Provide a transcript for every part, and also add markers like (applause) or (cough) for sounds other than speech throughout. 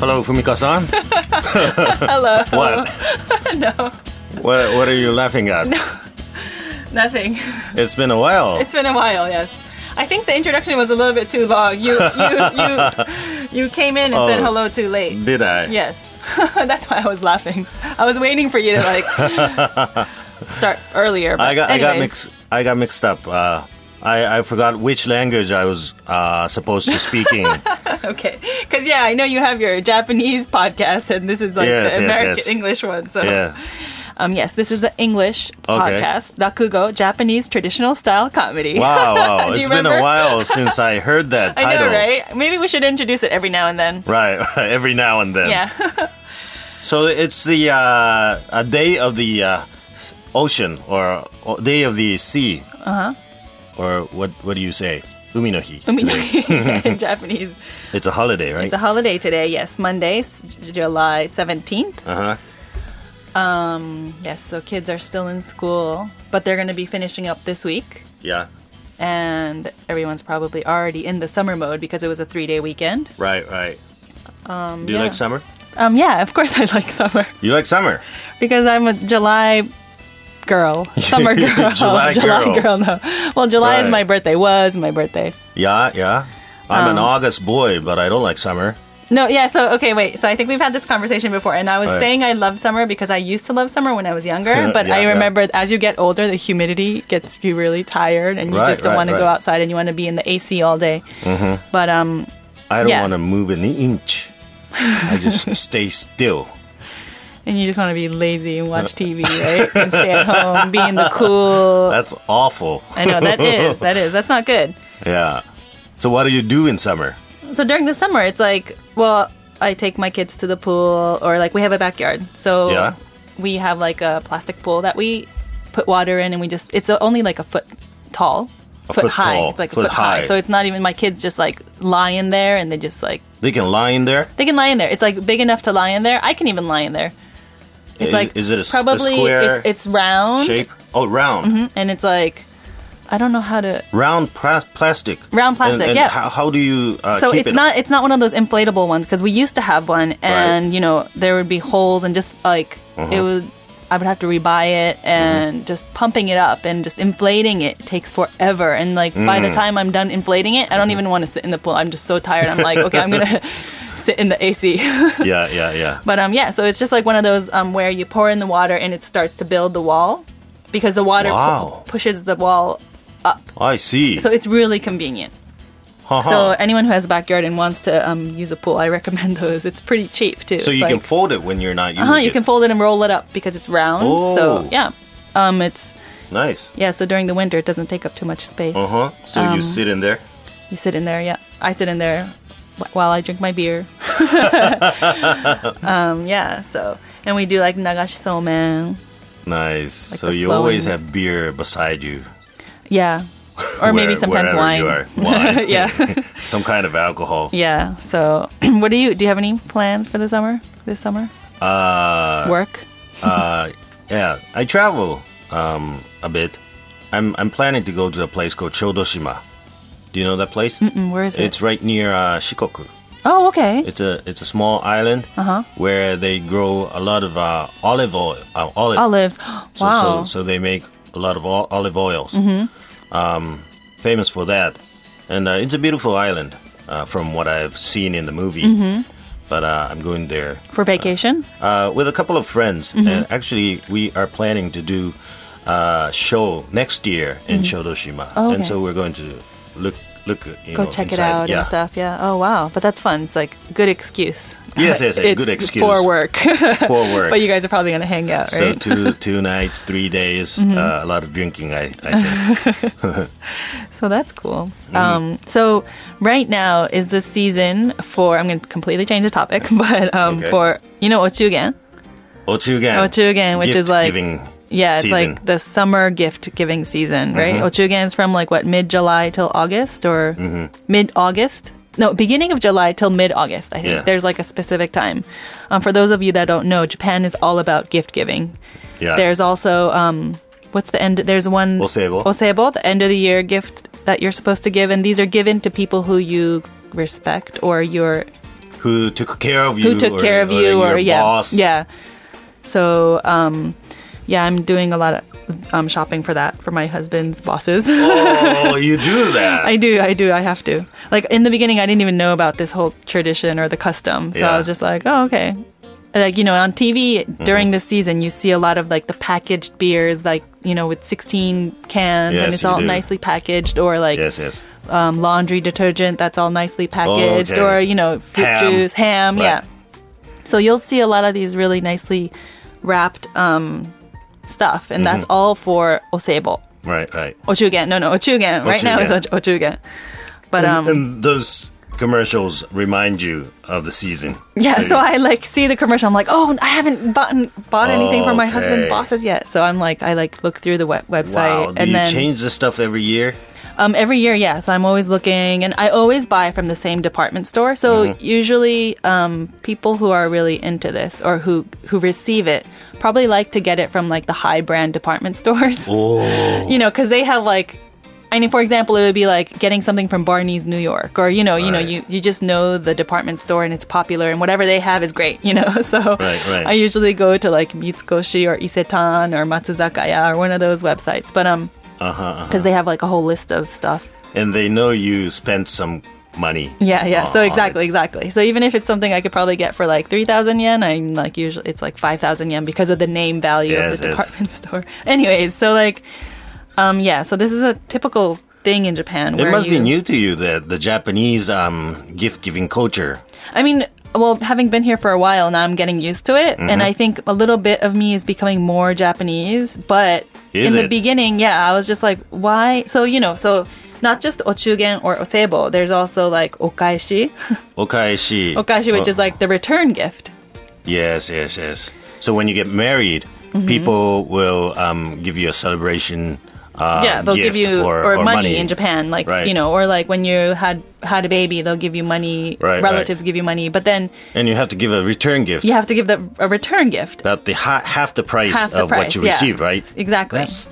Hello, Fumika-san. (laughs) Hello. (laughs) What? (laughs) no, what? What are you laughing at? nothing. It's been a while. (laughs) It's been a while, yes. I think the introduction was a little bit too long. You you you, you came in and said Oh. hello too late. Did I? Yes. (laughs) That's why I was laughing. I was waiting for you to like (laughs) start earlier. But I got I got anyways. mixed I got mixed up. Uh, I I forgot which language I was uh, supposed to speak (laughs) in. Okay. Cuz yeah, I know you have your Japanese podcast and this is like Yes, yes, the American yes. English one. So yeah. um yes, this is the English podcast, Rakugo, Japanese traditional style comedy. Wow, wow. (laughs) Do It's you been a remember? while since I heard that (laughs) I title. know, right? Maybe we should introduce it every now and then. Right, (laughs) every now and then. Yeah. (laughs) So it's the uh, a day of the uh, s- ocean or, or day of the sea. Uh Uh-huh. huh. Or what? What do you say? Umi no hi. (laughs) Umi no Hi in Japanese. It's a holiday, right? It's a holiday today, yes. Monday, s- J- July 17th. uh huh. Yes, so kids are still in school, but they're going to be finishing up this week. Yeah. And everyone's probably already in the summer mode because it was a three day weekend. Right, right. Um, do you yeah. like summer? Um, yeah, of course I like (laughs) summer You like summer? because I'm a July girl, (laughs) summer girl. (laughs) July girl. no. Well, July is Right. my birthday, was my birthday. Yeah, yeah. I'm an Um, August boy, but I don't like summer. No, yeah, so okay, wait. So I think we've had this conversation before, and I was Right. saying I love summer because I used to love summer when I (laughs) was younger, but Yeah, I yeah. remember as you get older, the humidity gets you really tired, and you Right, just don't right, want to go right. Mm-hmm. outside and you want to be in the AC all day. But um, I don't Yeah. want to move an inch. I (laughs) just stay still. and you just want to be lazy and watch TV, right? and stay at home, be in the cool. That's awful. I know that is that is that's not good. Yeah. So what do you do in summer? So during the summer, it's like, well, I take my kids to the pool, or like we have a backyard. So Yeah. we have like a plastic pool that we put water in, and we just, it's only like a foot tall. A foot high. tall, It's like foot a foot high. high. So it's not even, my kids just like lie in there and they just like, They can lie in there. they can lie in there. It's like big enough to lie in there. I can even lie in there. It's Is- like, is it a s- a probably square it's, it's round Shape. Oh, round, and it's like, I don't know how to, round pla- plastic. Round plastic, And, and yeah. How, how do you uh, so keep it's it? not it's not one of those inflatable ones because we used to have one and you know there would be holes and just like Uh-huh. it would i would have to rebuy it and Mm-hmm. just pumping it up and just inflating it takes forever and like by Mm. the time i'm done inflating it i Mm-hmm. don't even want to sit in the pool i'm just so tired i'm like okay i'm gonna (laughs) sit in the (laughs) ac yeah, yeah, yeah. (laughs) but um yeah so it's just like one of those um where you pour in the water and it starts to build the wall because the water pu- Wow. pushes the wall I see. so it's really convenient Ha-ha. so anyone who has a backyard and wants to um, use a pool, I recommend (laughs) those. It's pretty cheap too. So It's you can like- fold it when you're not using uh-huh, you it. can fold it and roll it up because it's round. Oh. So yeah, um, it's nice. yeah. So during the winter, it doesn't take up too much space. Uh huh. So you Um, sit in there. You sit in there. Yeah, I sit in there wh- while I drink (laughs) my beer. um, yeah. So and we do like nagashi somen. Nice. so the you always flowing- have beer beside you. (laughs) Yeah, or maybe Where- sometimes wherever wine. you are. Wine. (laughs) (laughs) yeah, Some kind of alcohol. yeah. So (clears throat) what do you do? You have any plans for the summer? This summer? Uh, Work? uh, yeah. I travel um, a bit. I'm, I'm planning to go to a place called Chodoshima. Do you know that place? Mm, Where is it? It's right near uh, Shikoku. oh, okay. It's a it's a small island Uh-huh. where they grow a lot of uh, olive oil. Uh, olive. olives. So, wow. so, Mm-hmm. so they make a lot of ol- olive oils. Um, famous for that. And uh, it's a beautiful island uh, from what I've seen in the movie. Mm-hmm. But uh, I'm going there For vacation? uh, with a couple of friends. Mm-hmm. And actually, we are planning to do a show next year in Shodoshima. Oh, And okay. so we're going to look. Look, you Go know, check it inside. out yeah. and stuff. Yeah. Oh, wow. But that's fun. It's like good excuse. Yes, yes, a it's good excuse for work. (laughs) (laughs) for work. but you guys are probably going to hang out, So right? two two nights, three days, Mm-hmm. uh, a lot of drinking. I, I (laughs) think. so that's cool. Mm. Um, so right now is the season for, I'm going to completely change the topic, (laughs) but um, Okay. for, you know, Ochugen? Ochugan. Ochugen, which is Gift like- giving Yeah, it's season. Mm-hmm. like the summer gift giving season, right? Ochugen is from like what, mid July till August or Mm-hmm. mid August? No, beginning of July till mid August, I think. Yeah. There's like a specific time. Um, for those of you that don't know, Japan is all about gift giving. yeah. There's also, um, what's the end? There's one Osebo. Osebo, the end of the year gift that you're supposed to give. And these are given to people who you respect or you're who took care of you, who took or- care of you or, your yeah boss. yeah so um yeah i'm doing a lot of um, shopping for that for my husband's bosses (laughs) Oh, you do that. i do i do i have to like in the beginning i didn't even know about this whole tradition or the custom so Yeah. Mm-hmm. i was just like oh okay like you know on tv during this season you see a lot of like the packaged beers like you know with 16 cans Yes, and it's you all do. nicely packaged or like yes, yes. um, laundry detergent that's all nicely packaged, Oh, okay. or you know, fruit Ham. juice, ham, Right. yeah. So you'll see a lot of these really nicely wrapped um, stuff, and Mm-hmm. that's all for osebo, Right, right. ochugen. No, no, ochugen. Right now it's Ochugen. och- ochugen, but um, and those commercials remind you of the season. yeah. So you- I like see the commercial. I'm like, oh, I haven't bought bought anything for my husband's Okay. bosses yet. So I'm like, I like look through the web- website, Wow, do and you then change the stuff every year? Um, every year, yeah. So I'm always looking, and I always buy from the same department store. So Mm-hmm. usually, um, people who are really into this or who who receive it probably like to get it from like the high brand department (laughs) stores. Oh, (laughs) You know, because they have like, I mean, for example, it would be like getting something from Barney's New York, or you know, you know, Right. you you just know the department store and it's popular, and whatever they have is great. You know, (laughs) so Right, right. I usually go to like Mitsukoshi or Isetan or Matsuzakaya or one of those websites, but um, Uh-huh, because they have like a whole list of stuff. and they know you spent some money. Yeah, yeah. on So it. exactly, exactly. So even if it's something I could probably get for like three thousand yen, I'm like usually it's like five thousand yen because of the name value Yes, of the yes. department (laughs) store. Anyways, so like, um, yeah. So this is a typical thing in Japan. It where must you, be new to you that the Japanese um, gift giving culture. I mean, well, having been here for a while now, I'm getting used to it, Mm-hmm. and I think a little bit of me is becoming more Japanese. But Is in the it? beginning, yeah, I was just like, why? So you know, so not just ochugen or osebo. There's also like okaeshi, (laughs) Okaeshi. okaeshi, which Oh. is like the return gift. Yes, yes, yes. So when you get married, Mm-hmm. people will um, give you a celebration. Uh, yeah, they'll gift give you or, or money, in Japan, like Right. you know, or like when you had had a baby, they'll give you money. Right, relatives give you money, but then and you have to give a return gift. you have to give them a return gift, About the ha- half the price half the of price. what you yeah. receive, right? Exactly. That's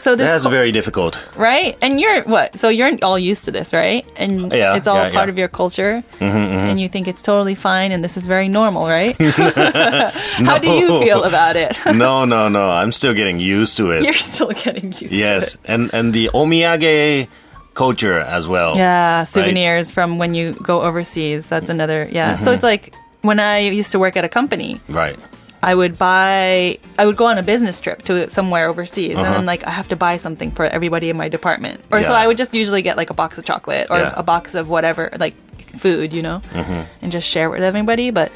so this that's whole- very (laughs) difficult. right, and you're what? So you're all used to this, right? And Uh, Yeah, it's all yeah, part yeah. Mm-hmm, of your culture, and you think it's totally fine, and this is very normal, right? How do you (laughs) No. feel about it? (laughs) no, no, no. I'm still getting used to it. you're still getting used to yes, it. and and the omiyage culture as well. Yeah, souvenirs from when you go overseas. That's another. Yeah. Mm-hmm. So it's like when I used to work at a company, Right. I would buy, I would go on a business trip to somewhere overseas, and then like I have to buy something for everybody in my department, or so Uh-huh. Yeah. I would just usually get like a box of chocolate or Yeah. Mm-hmm. a box of whatever, like food, you know, and just share with everybody. But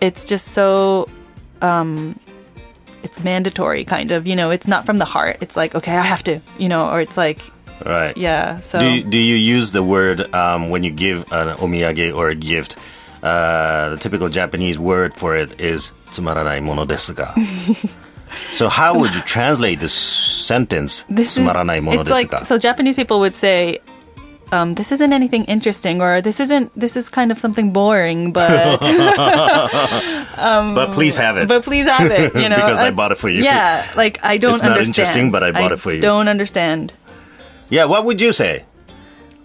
it's just so, um, it's mandatory, kind of, you know. It's not from the heart. It's like okay, I have to, you know, or it's like Right. yeah. So Do you, do you use the word um, when you give an omiyage or a gift? Uh, the typical Japanese word for it is "tsumaranai mono desu (laughs) ga." so how would you translate this sentence? this is "Tsumaranai mono it's desu like ga"? so Japanese people would say. Um, this isn't anything interesting, or this isn't. This is kind of something (laughs) boring, but but please have it. but please have it. (laughs) You know, Because I It's- bought it for you. Yeah, like I don't It's not understand. interesting, but I bought it for you. Don't understand. yeah. What would you say?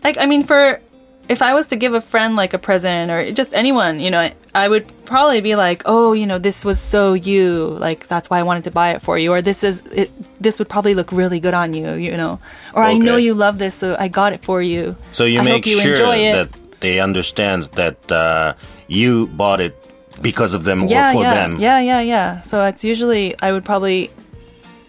Like I mean, for if I was to give a friend like a present or just anyone, you know, I, I would probably be like, oh, you know, this was so you. Like that's why I wanted to buy it for you, or this is it, this would probably look really good on you, you know, or I know Okay. you love this, so I got it for you. So you I make hope you sure enjoy it. that they understand that uh, you bought it because of them or for yeah, them. Yeah, yeah, yeah. So it's usually I would probably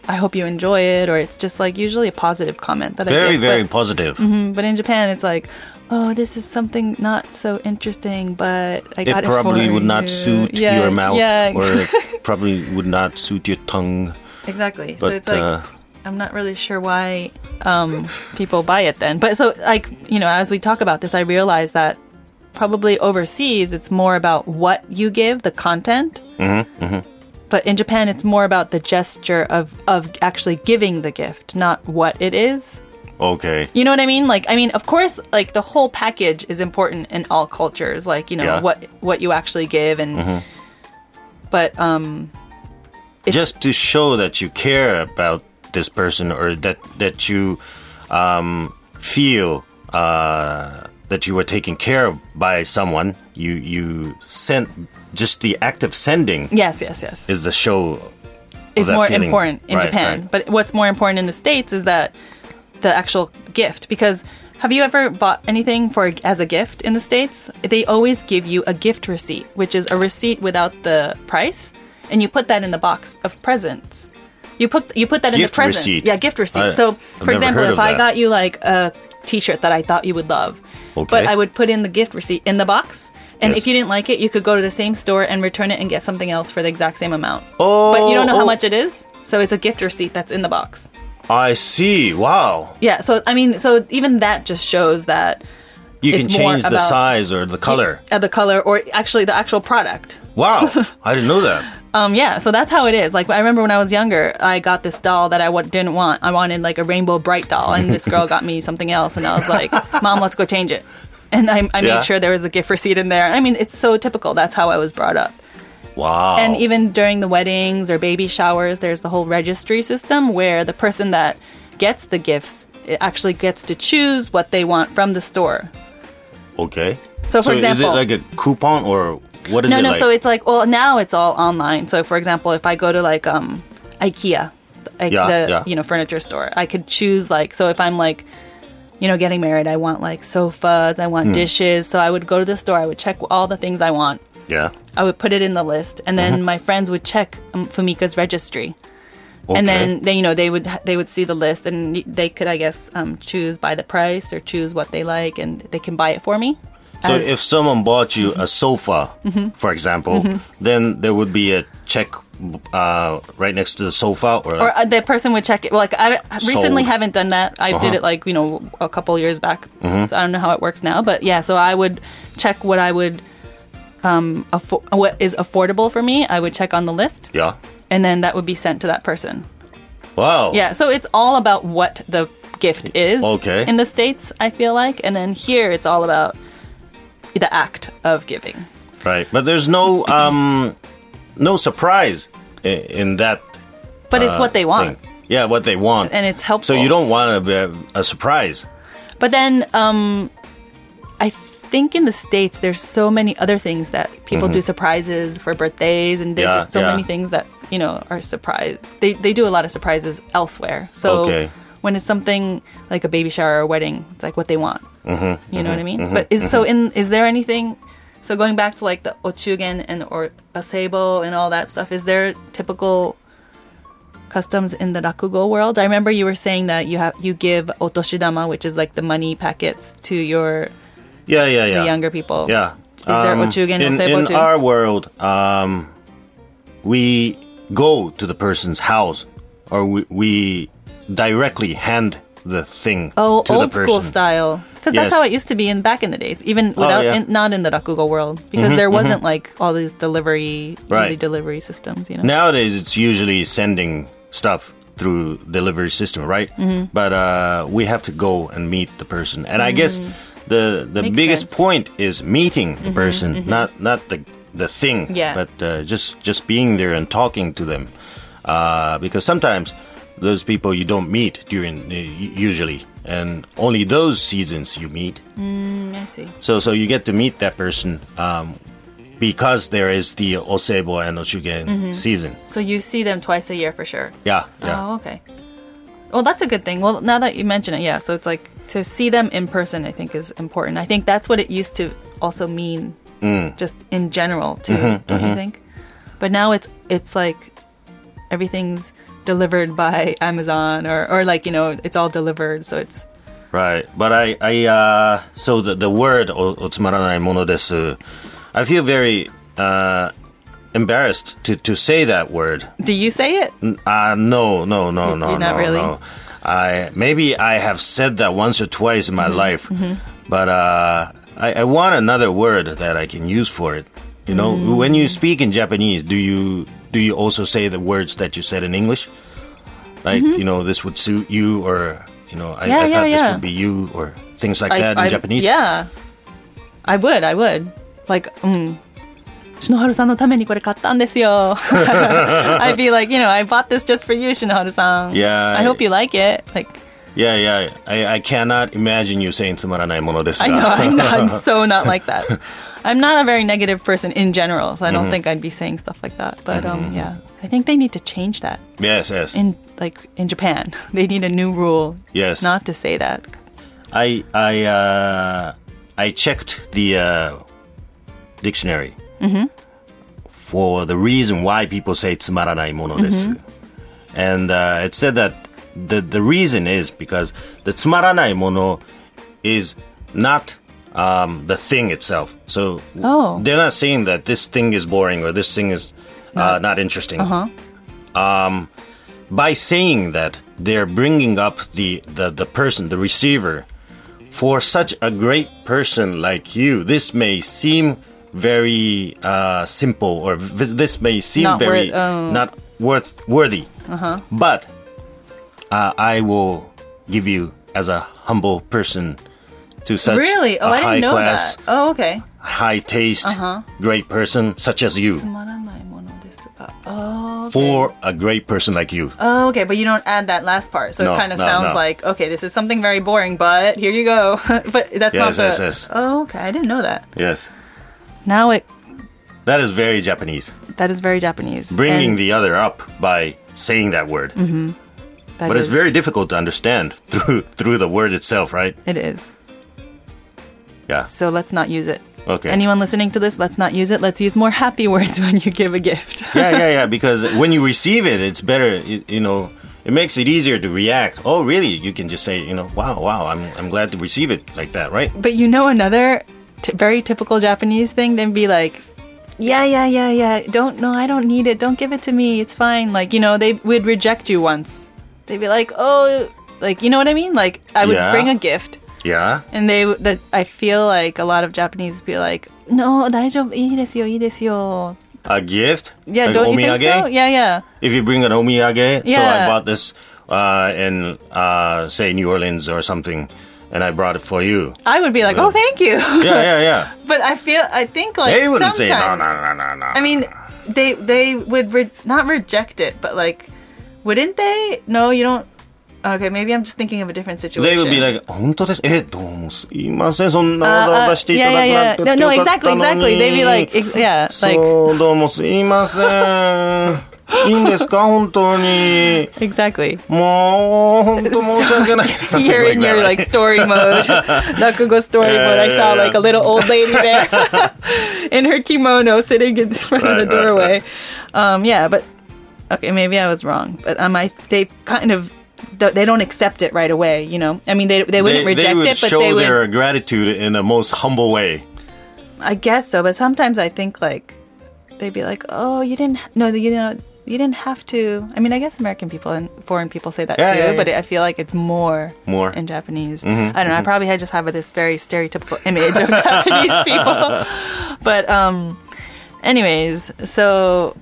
I hope you enjoy it or it's just like usually a positive comment that Very, I get. very but, Mm-hmm. mm, positive. but in Japan it's like, oh, this is something not so interesting, but I got It it for probably would you." not suit Yeah, your mouth, Yeah, or it probably would not suit your tongue. (laughs) exactly. so But it's like uh, I'm not really sure why um, people buy it then. But so, like, you know, as we talk about this, I realize that probably overseas it's more about what you give, the content. Mm-hmm, But in Japan, it's more about the gesture of, of actually giving the gift, not what it is. uh, okay, You know what I mean? Like, I mean, of course, like the whole package is important in all cultures. Like, you know, Yeah. what what you actually give, and but um, it's- just to show that you care about this person or that that you um, feel uh, that you were taken care of by someone, you you sent just the act of sending Yes, yes, yes. is the show Is that more feeling. important in Right, Japan. right. But what's more important in the States is that the actual gift. Because have you ever bought anything for as a gift in the States? They always give you a gift receipt, which is a receipt without the price, and you put that in the box of presents. You put you put that in the Gift present. receipt. Yeah, gift receipt. I- so, I've for never example, heard if of I that. got you like a T-shirt that I thought you would love, but Okay. I would put in the gift receipt in the box, and Yes. if you didn't like it, you could go to the same store and return it and get something else for the exact same amount. Oh, but you don't know oh. how much it is, so it's a gift receipt that's in the box. I see. Wow. Yeah, so I mean, so even that just shows that You It's can more change the about- size or the (laughs) color. uh, the color, or actually the actual product. Wow. I didn't know that. Um, yeah, so that's how it is. Like I remember when I was younger, I got this doll that I w- didn't want. I wanted like a rainbow bright doll, and this girl got me something else, and I was (laughs) like, "Mom, let's go change it." And I, I Yeah. made sure there was a gift receipt in there. I mean, it's so typical. That's how I was brought up. Wow. And even during the weddings or baby showers, there's the whole registry system where the person that gets the gifts it actually gets to choose what they want from the store. okay. So, for is it example- like a coupon or what is No, it no. like? So it's like, well, now it's all online. So for example, if I go to like um, IKEA, like Yeah, the yeah. you know furniture store, I could choose like. So if I'm like, you know, getting married, I want like sofas, I Hmm. want dishes. So I would go to the store, I would check all the things I want. yeah. I would put it in the list, and then Mm-hmm. my friends would check um, Fumika's registry. Okay. and then they, you know they would they would see the list and they could I guess um, choose by the price or choose what they like and they can buy it for me. So as- if someone bought you a sofa, for example, then there would be a check uh, right next to the sofa, or, or uh, the person would check it. Well, like I recently Sold. Uh-huh. haven't done that. I did it like you know a couple years back, Mm-hmm. so I don't know how it works now. But yeah, so I would check what I would um affo- what is affordable for me. I would check on the list, yeah. and then that would be sent to that person. Wow. Yeah, so it's all about what the gift is. Okay. In the states, I feel like, and then here it's all about the act of giving. Right. But there's no um, no surprise in, in that. uh, But it's what they want, Thing. Yeah, what they want. and it's helpful. so you don't want a, a surprise. But then, um, I think in the states, there's so many other things that people do surprises for birthdays, and there's Mm-hmm. Yeah, just so yeah. many things that you know are surprise. They they do a lot of surprises elsewhere. So Okay. when it's something like a baby shower or a wedding, it's like what they want. Mm-hmm, you know what I mean? mm-hmm, but is so in is there anything? So going back to like the ochugen and or asebo and all that stuff, is there typical customs in the rakugo world. I remember you were saying that you have you give otoshidama, which is like the money packets, to your Yeah, yeah, yeah. the younger people. Yeah. Is there ochugen Um, in, osebo in too? our world, um, we go to the person's house or we, we directly hand the thing Oh, to the old person. school style. Because Yes. Oh, that's how it used to be in back in the days, even without yeah. Mm-hmm, in, not in the rakugo world, because there wasn't like all these delivery easy Right. delivery systems. You know. Nowadays, it's usually sending stuff through delivery system, right? Mm-hmm. But uh, we have to go and meet the person, and I guess the the Mm-hmm. Makes biggest sense. Mm-hmm, point is meeting the person, not not the the thing, Yeah. but uh, just just being there and talking to them, uh, because sometimes those people you don't meet during uh, u- usually, and only those seasons you meet. Mm, I see. So so you get to meet that person. Um, because there is the Osebo and Ochugen Mm-hmm. season. So you see them twice a year for sure. Yeah, yeah. Oh, okay. Well, that's a good thing. Well, now that you mention it, yeah. So it's like to see them in person, I think, is important. I think that's what it used to also mean, just in general, too. don't you think? But now it's it's like everything's delivered by Amazon or or like you know it's all delivered. So it's Right, but I, I, uh, so the the word "o- "otsumaranai mono desu," I feel very uh, embarrassed to to say that word. do you say it? Uh, no, no, no, You- no, you're no, not really? no. I maybe I have said that once or twice in my Mm-hmm. life, but uh, I, I want another word that I can use for it. You know, Mm. when you speak in Japanese, do you do you also say the words that you said in English? Like you know, this would suit you, or you know, I, Mm-hmm. Yeah, I yeah, thought yeah. this would be you, or things like that in Japanese. Yeah, I would. I would. Like, mm. Shinoharu-sanのためにこれ買ったんですよ。I'd be like, you know, I bought this just for you, Shinoharu-san. Yeah, I hope you like it. Like, Yeah, yeah. I, I cannot imagine you saying つまらないものですが。 I know, I know. I'm so not like that. I'm not a very negative person in general, so I don't Mm-hmm. think I'd be saying stuff like that. But um, yeah, I think they need to change that (laughs) Yes, yes. in like in Japan. (laughs) They need a new rule. Yes. not to say that. I I uh, I checked the uh, dictionary for the reason why people say つまらないものです and uh, it said that the the reason is because the つまらないもの is not um, the thing itself. So Oh. they're not saying that this thing is boring or this thing is uh, not interesting. Um, by saying that, they're bringing up the, the, the person, the receiver. For such a great person like you, this may seem very uh, simple, or vi- this may seem Not Uh-huh. very worth- oh. not worth worthy. But uh, I will give you as a humble person to such Really? Oh, a I high didn't know class, that. Uh-huh. Oh, okay. high taste, great person such as you. つまらないものですが。Oh, okay. For a great person like you, Oh, okay, but you don't add that last part, so No, it kind of no, sounds no. like okay, this is something very boring, but here you go. (laughs) but that's not Yes, the. yes, yes. Oh, okay, I didn't know that. yes, Now it that is very Japanese. that is very Japanese. Bringing and the other up by saying that word, that but it's is- very difficult to understand (laughs) through through the word itself, right? It is. Yeah. So let's not use it. Okay. Anyone listening to this, let's not use it. Let's use more happy words (laughs) when you give a gift. (laughs) yeah, yeah, yeah. Because when you receive it, it's better. It, you know, it makes it easier to react. Oh, really? You can just say, you know, wow, wow. I'm I'm glad to receive it like that, right? But you know another t- very typical Japanese thing, then be like, yeah, yeah, yeah, yeah. Don't no, I don't need it. Don't give it to me. It's fine. Like you know, they would reject you once. They'd be like, oh, like you know what I mean. Like I would Yeah. bring a gift, Yeah. and they w- that I feel like a lot of Japanese would be like, no, 大丈夫いいですよいいですよ. A gift? Yeah, Like don't you omiyage? think so? Yeah, yeah. If you bring an omiyage, so I Yeah. bought this uh, in uh, say New Orleans or something, and I brought it for you. I would be like, oh, thank you. (laughs) Yeah, yeah, yeah. but I feel I think like they wouldn't say no, sometimes- no, no, no, no. I mean, they they would re- not reject it, but like, wouldn't they? No, you don't. Okay, maybe I'm just thinking of a different situation. They would be like, あ、あ、yeah, uh, yeah, yeah. No, no, exactly, exactly. They'd be like, (laughs) ex- yeah, like 本当です。え、どうもすいません。いいんですか本当に。 exactly. もう、本当申し訳ない。Something (laughs) You're in like that, your right? like story mode, Nakugo story Yeah, mode. I yeah, yeah. saw like a little old lady there (laughs) in her kimono sitting in front Right, of right, the doorway. Um, yeah, but okay, maybe I was wrong. But um, I they kind of th- they don't accept it right away. You know, I mean, they (laughs) They, they wouldn't reject they would it, but show they would. their gratitude in the most humble way. I guess so, but sometimes I think like they'd be like, "Oh, you didn't no, you know, you didn't have to." I mean, I guess American people and foreign people say that Yeah, too, yeah, yeah. but I feel like it's more More. Mm-hmm, in Japanese. I don't know. I probably had just have this very stereotypical image of (laughs) Japanese people, (laughs) but um, anyways, so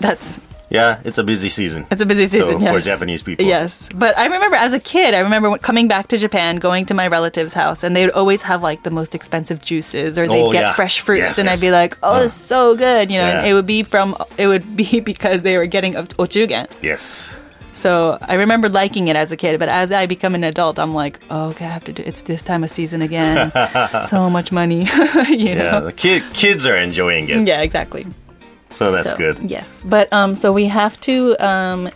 that's Yeah, it's a busy season. it's a busy So, season for yes. Japanese people. Yes, but I remember as a kid, I remember when- coming back to Japan, going to my relative's house, and they would always have like the most expensive juices, or they'd Oh, get yeah. fresh fruits, Yes, and yes. I'd be like, "Oh, it's so good," you know. And Yeah. it would be from it would be (laughs) because they were getting o- ochugen. Yes. So I remember liking it as a kid, but as I become an adult, I'm like, "Oh, okay, I have to do it's this time of season (laughs) again. so much money, (laughs) you Yeah, know." the kid, kids are enjoying (laughs) it. Yeah, exactly. So that's So, good. Yes, but um, so we have to um,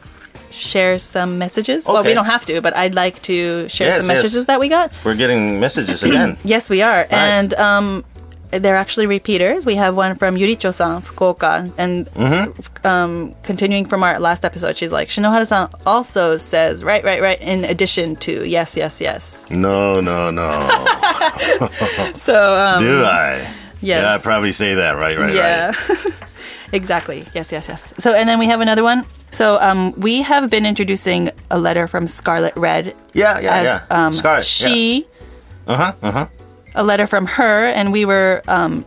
share some messages. Well, we Okay. don't have to, but I'd like to share Yes, some yes. messages that we got. We're getting messages (laughs) again. Yes, we are, Nice. and um, they're actually repeaters. We have one from Yuricho-san, Fukuoka, and Mm-hmm. f- um, continuing from our last episode, she's like Shinohara-san also says right, right, right. In addition to yes, yes, yes. No, no, no. So um, Do I? yes. Yeah, I probably say that, right, right, right. yeah. (laughs) exactly. Yes, yes, yes. So, and then we have another one. So, um, we have been introducing a letter from Scarlet Red. Yeah, yeah, as, yeah. Um, Scarlet, She, Uh-huh, uh-huh. a letter from her, and we were um,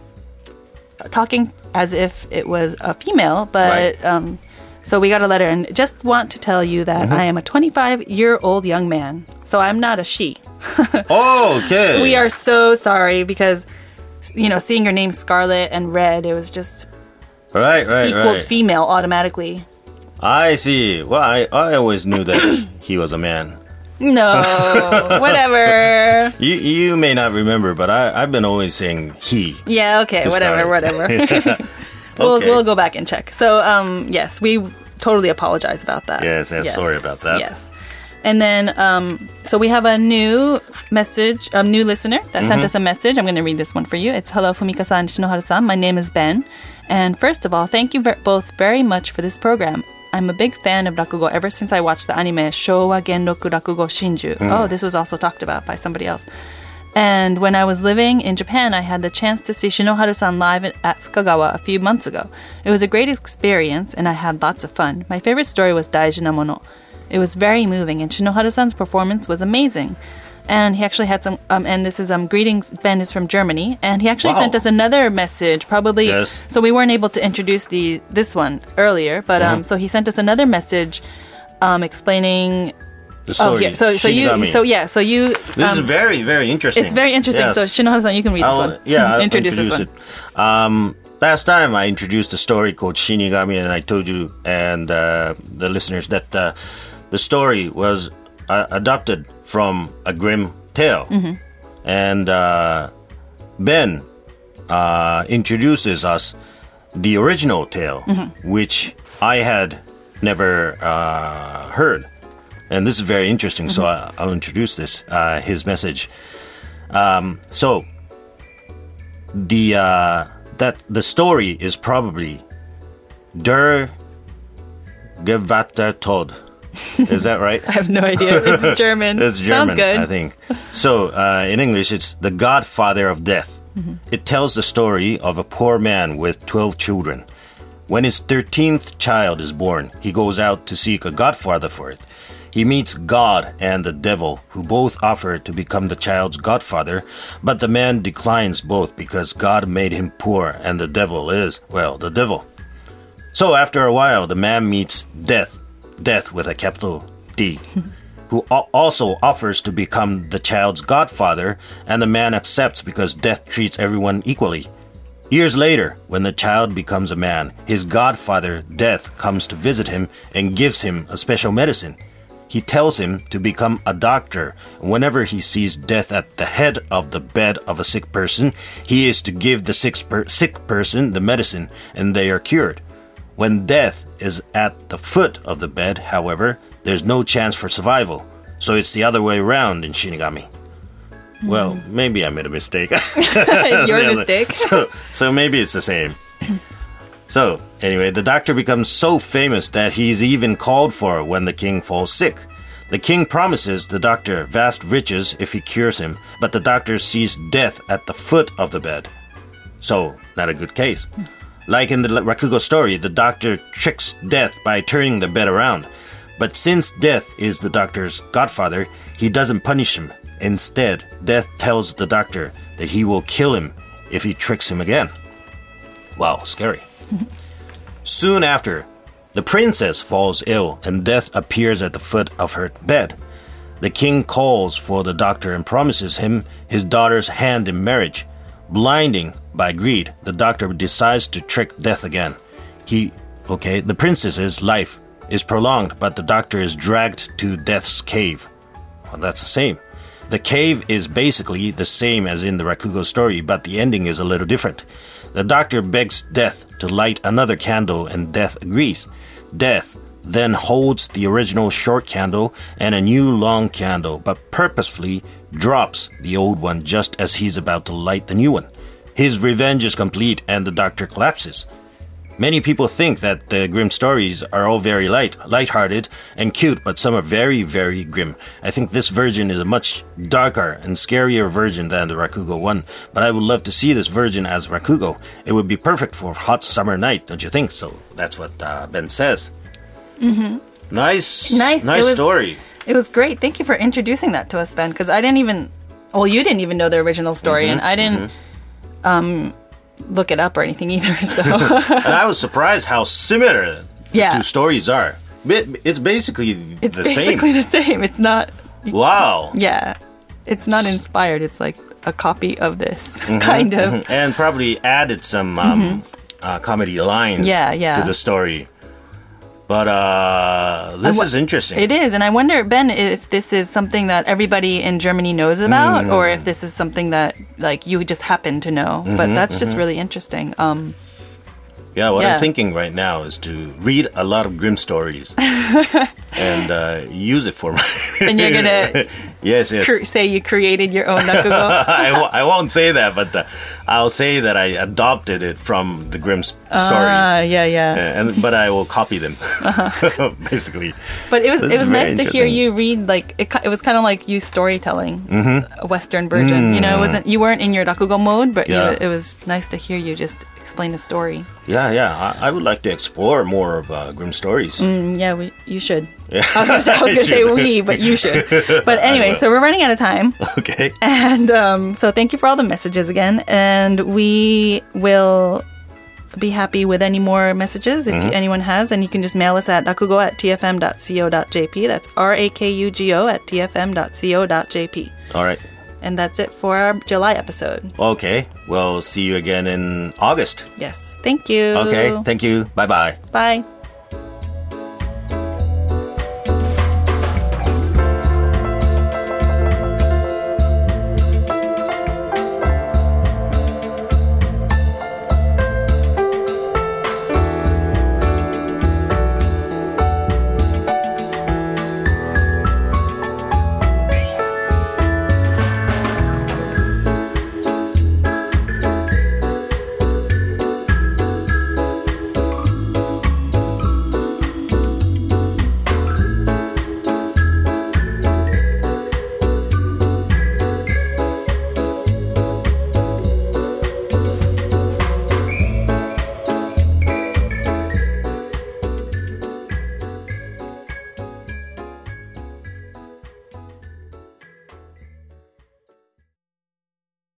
talking as if it was a female, but. Right. Um, so we got a letter, and just want to tell you Mm-hmm. that I am a 25 year old young man. So I'm not a she. Oh, okay. We are so sorry because, you know, seeing your name Scarlet and Red, it was just right, right, right. equaled female automatically. I see. Well, I, I always knew that (coughs) he was a man. No, (laughs) whatever. You you may not remember, but I I've been always saying he. Yeah, okay, to whatever, start. whatever. (laughs) okay. We'll we'll go back and check. So, um, yes, we totally apologize about that. Yes, yes, sorry about that. Yes. And then, um, so we have a new message, a new listener that Mm-hmm. sent us a message. I'm going to read this one for you. It's Hello, Fumika-san, Shinohara-san. My name is Ben. And first of all, thank you ver- both very much for this program. I'm a big fan of Rakugo ever since I watched the anime Showa Genroku Rakugo Shinju. Mm. Oh, this was also talked about by somebody else. And when I was living in Japan, I had the chance to see Shinoharu san live at at Fukagawa a few months ago. It was a great experience, and I had lots of fun. My favorite story was Daiji na Mono. It was very moving, and Shinoharu san's performance was amazing. And he actually had some, um, and this is um, greetings. Ben is from Germany, and he actually Wow. sent us another message, probably. Yes. So we weren't able to introduce the this one earlier, but Mm-hmm. um, so he sent us another message, um, explaining. The oh, story, yeah. So so you Shinigami. so yeah so you. This um, is very, very interesting. it's very interesting. Yes. So Shinohara-san, you can read this I'll- one. (laughs) Yeah, I'll introduce, this one. it. Um, last time I introduced a story called Shinigami, and I told you and uh, the listeners that uh, the story was uh, adopted from a grim tale. Mm-hmm. And uh, Ben uh, introduces us the original tale, Mm-hmm. which I had never uh, heard. And this is very interesting, so I, Mm-hmm. I'll introduce this, uh, his message. Um, so, the uh, that the story is probably Der Gevatter Tod. Is that right? (laughs) I have no (laughs) idea. It's German. It's German, Sounds good. I think. So uh, in English, it's the Godfather of Death. Mm-hmm. It tells the story of a poor man with twelve children. When his thirteenth child is born, he goes out to seek a godfather for it. He meets God and the devil, who both offer to become the child's godfather, but the man declines both because God made him poor and the devil is, well, the devil. So after a while, the man meets Death, Death with a capital (laughs) D, who al- also offers to become the child's godfather, and the man accepts because Death treats everyone equally. Years later, when the child becomes a man, his godfather, Death, comes to visit him and gives him a special medicine. He tells him to become a doctor. Whenever he sees death at the head of the bed of a sick person, he is to give the sick, per- sick person the medicine, and they are cured. When death is at the foot of the bed, however, there's no chance for survival. So it's the other way around in Shinigami. Well, maybe I made a mistake. (laughs) (laughs) Your Yeah, like- mistake. so, so maybe it's the same. So, anyway, the doctor becomes so famous that he's even called for when the king falls sick. The king promises the doctor vast riches if he cures him, but the doctor sees death at the foot of the bed. So, not a good case. Like in the Rakugo story, the doctor tricks death by turning the bed around. But since death is the doctor's godfather, he doesn't punish him. Instead, death tells the doctor that he will kill him if he tricks him again. Wow, scary. Soon after, the princess falls ill and death appears at the foot of her bed. The king calls for the doctor and promises him his daughter's hand in marriage. Blinding by greed, the doctor decides to trick death again. He, okay, the princess's life is prolonged, but the doctor is dragged to death's cave. Well, that's the same. The cave is basically the same as in the Rakugo story, but the ending is a little different. The doctor begs Death to light another candle, and Death agrees. Death then holds the original short candle and a new long candle, but purposefully drops the old one just as he's about to light the new one. His revenge is complete, and the doctor collapses. Many people think that the grim stories are all very light, lighthearted, and cute, but some are very, very grim. I think this version is a much darker and scarier version than the Rakugo one, but I would love to see this version as Rakugo. It would be perfect for a hot summer night, don't you think? So that's what uh, Ben says. Mm-hmm. Nice, Nice, nice, it was- (laughs) story. It was great. Thank you for introducing that to us, Ben, because I didn't even. Well, you didn't even know the original story, Mm-hmm, and I didn't um, look it up or anything either. (laughs) (laughs) So and I was surprised how similar the Yeah. two stories are. It- It's basically it's the basically same. the same. It's not. Wow. Yeah, it's not inspired. It's like a copy of this (laughs) Mm-hmm, kind of. and probably added some um, uh, comedy lines Mm-hmm. Yeah, yeah. to the story. But uh, this I wa- is interesting. It is, and I wonder, Ben, if this is something that everybody in Germany knows Mm, about, or if this is something that like you just happen to know. Mm-hmm, but that's just really interesting. Um, Yeah, what Yeah. I'm thinking right now is to read a lot of grim (laughs) stories and uh, use it for my. And you're gonna (laughs) yes, yes. cr- say you created your own (laughs) (laughs) nakugo. I, w- I won't say that, but uh, I'll say that I adopted it from the grim s- Ah, stories. yeah, yeah. And but I will copy them, Uh-huh. (laughs) basically. But it was This it is was very nice to hear interesting. you read like it. ki- It was kind of like you storytelling, Mm-hmm. a Western version. You know, it wasn't you weren't in your rakugo mode, but you- Mm. Yeah. it was nice to hear you just explain a story. Yeah, yeah. I, I would like to explore more of uh, grim stories. Mm, yeah, we, you should. I was gonna say, I (laughs) I was gonna say should. we, but you should. But (laughs) anyway, so we're running out of time. (laughs) Okay. And um, so thank you for all the messages again. And we will be happy with any more messages if anyone has. And you can just mail us at rakugo at tfm.co.jp. That's R A K U G O at tfm.co.jp. All right. And that's it for our July episode. Okay. Well, see you again in August. Yes. Thank you. Okay. Thank you. Bye bye. Bye.